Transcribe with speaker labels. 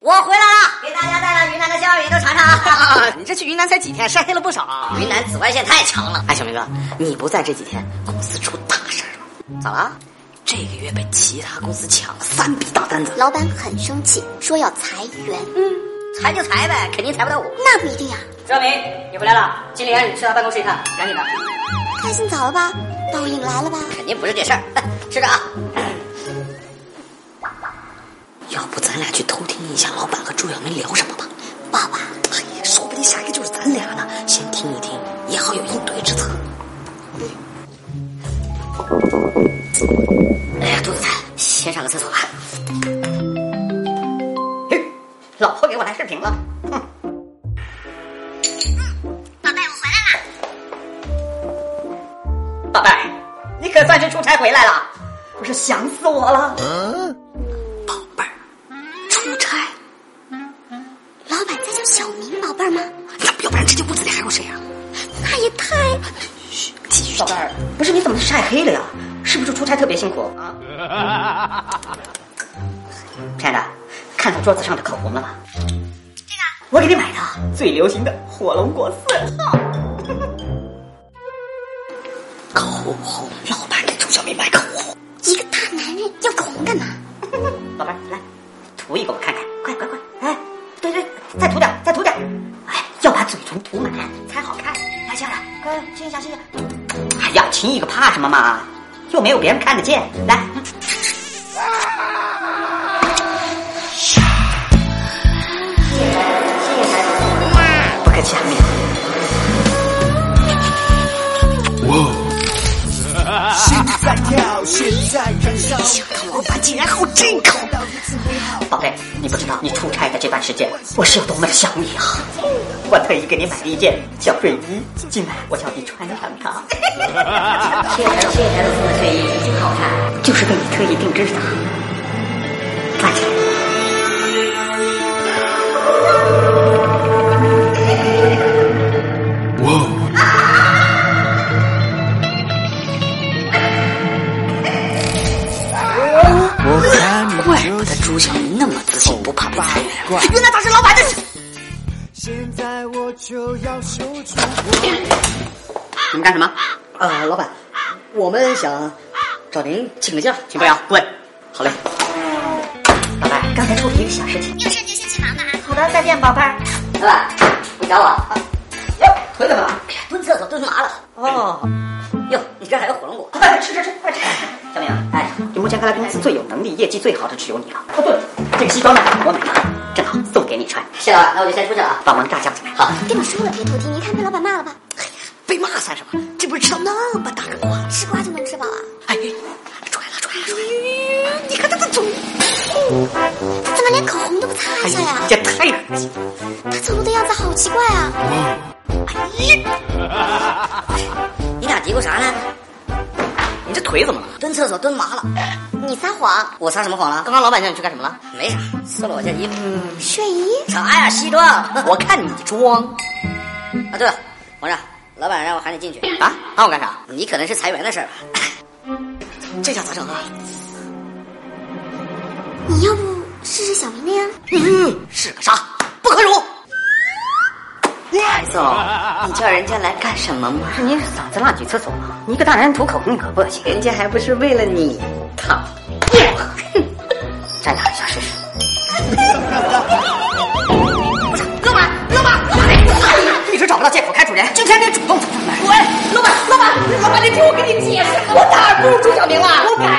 Speaker 1: 这去云南才几天，晒黑了不少啊。
Speaker 2: 啊云南紫外线太强了。
Speaker 1: 哎，小明哥，你不在这几天，公司出大事儿了。
Speaker 2: 咋了？
Speaker 1: 这个月被其他公司抢了三笔大单子。
Speaker 3: 老板很生气，说要裁员。
Speaker 2: 嗯，裁就裁呗，肯定裁不到我。
Speaker 3: 那不一定啊。
Speaker 2: 小明，你回来了，经理让你去他办公室一趟，赶紧的。
Speaker 3: 开心早了吧？报应来了吧？
Speaker 2: 肯定不是这事儿， 吃着啊。
Speaker 1: 要不咱俩去偷听一下老板和朱小明聊什么吧？
Speaker 3: 爸爸，
Speaker 1: 哎呀，说不定下一个就是咱俩呢。先听一听，也好有应对之策。
Speaker 2: 哎呀，肚子疼，先上个厕所吧。老婆给我来视频了。
Speaker 3: 宝贝，我回来啦！
Speaker 2: 宝贝，你可算是出差回来了，不是想死我了？
Speaker 1: 嗯宝贝儿，出差，
Speaker 3: 老板在叫小明宝贝儿吗？
Speaker 1: 那要不然这间屋子里还有谁啊？
Speaker 3: 那也太……
Speaker 1: 继续
Speaker 2: 宝贝儿，不是你怎么晒黑了呀？是不是出差特别辛苦啊？亲爱的，看到桌子上的口红了吗？
Speaker 3: 这个
Speaker 2: 我给你买的最流行的火龙果四号。
Speaker 1: 口红，老板给朱小明买口红。
Speaker 3: 一个大男人要口红干嘛？
Speaker 2: 宝贝儿，来，涂一个我看看，快快快！哎，对对，再涂点儿，再涂点儿，哎，要把嘴唇涂满才好看。来，亲爱的，快亲一下，亲一下。哎呀，亲一个怕什么嘛？又没有别人看得见。来，不客气啊，
Speaker 4: 心在跳，血在燃烧。
Speaker 1: 老板竟然好这口！
Speaker 2: 宝贝，你不知道，你出差的这段时间，我是有多么的想你啊！我特意给你买了一件小睡衣，今晚我要你穿上 它。谢谢谢谢的睡衣一定好看，就是给你特意定制的。抓紧。
Speaker 4: 我看你
Speaker 1: 怪不
Speaker 4: 就
Speaker 1: 得
Speaker 4: 是
Speaker 1: 朱小明那么自信，不怕被裁员。
Speaker 4: 怪
Speaker 1: 原来他是老板的。
Speaker 4: 现在我就要秀出
Speaker 2: 你们干什么？
Speaker 1: 呃，老板，我们想找您请个假，
Speaker 2: 请不要，滚！好嘞。宝贝，刚才处理一个小事情。
Speaker 3: 你有事就先去忙吧啊！
Speaker 2: 好的，再见，宝贝儿。老板，你找我？哟，腿怎么了？蹲厕所蹲麻了。
Speaker 1: 哦，
Speaker 2: 哟，你这还有火龙果？
Speaker 1: 快吃吃吃，快吃！
Speaker 2: 小明，哎，你目前看来公司最有能力、业绩最好的只有你了。哦，对，这个西装呢，我买了，正好送给你穿。谢老板，那我就先出去了啊，帮忙大家子买。好，
Speaker 3: 跟你说了别偷听，你看被老板骂了吧？
Speaker 1: 被骂算什么？这不是吃到那么大个瓜？
Speaker 3: 吃瓜就能吃饱啊？
Speaker 1: 哎，出来了，出来了，出来了！你看他的嘴，
Speaker 3: 怎么连口红都不
Speaker 2: 哎
Speaker 3: 擦一下呀？
Speaker 1: 这太恶心了！
Speaker 3: 他走路的样子好奇怪啊！
Speaker 2: 你俩嘀咕啥呢？
Speaker 1: 你这腿怎么了？
Speaker 2: 蹲厕所蹲麻了。
Speaker 3: 你撒谎，
Speaker 2: 我撒什么谎了？刚刚老板叫你去干什么了？没啥，撕了我件衣服。
Speaker 3: 睡衣
Speaker 2: 啥呀，啊西装？
Speaker 1: 我看你装
Speaker 2: 啊，对了，皇上，老板让我喊你进去。
Speaker 1: 啊！喊我干啥？
Speaker 2: 你可能是裁员的事儿吧？
Speaker 1: 这下咋整啊？
Speaker 3: 你要不试试小明的呀？
Speaker 1: 嗯，是个啥？不可辱！
Speaker 2: 白总，你叫人家来干什么嘛？是你嗓子辣去厕所吗？你一个大男人涂口红，你可不行。人家还不是为了你烫。再打一下试试。
Speaker 1: 老板，老板，老板，一直找不到借口开除人，今天你主动找上门。滚！老板，老板，老板，你听我跟你解释，我哪儿不如朱小明了？老板，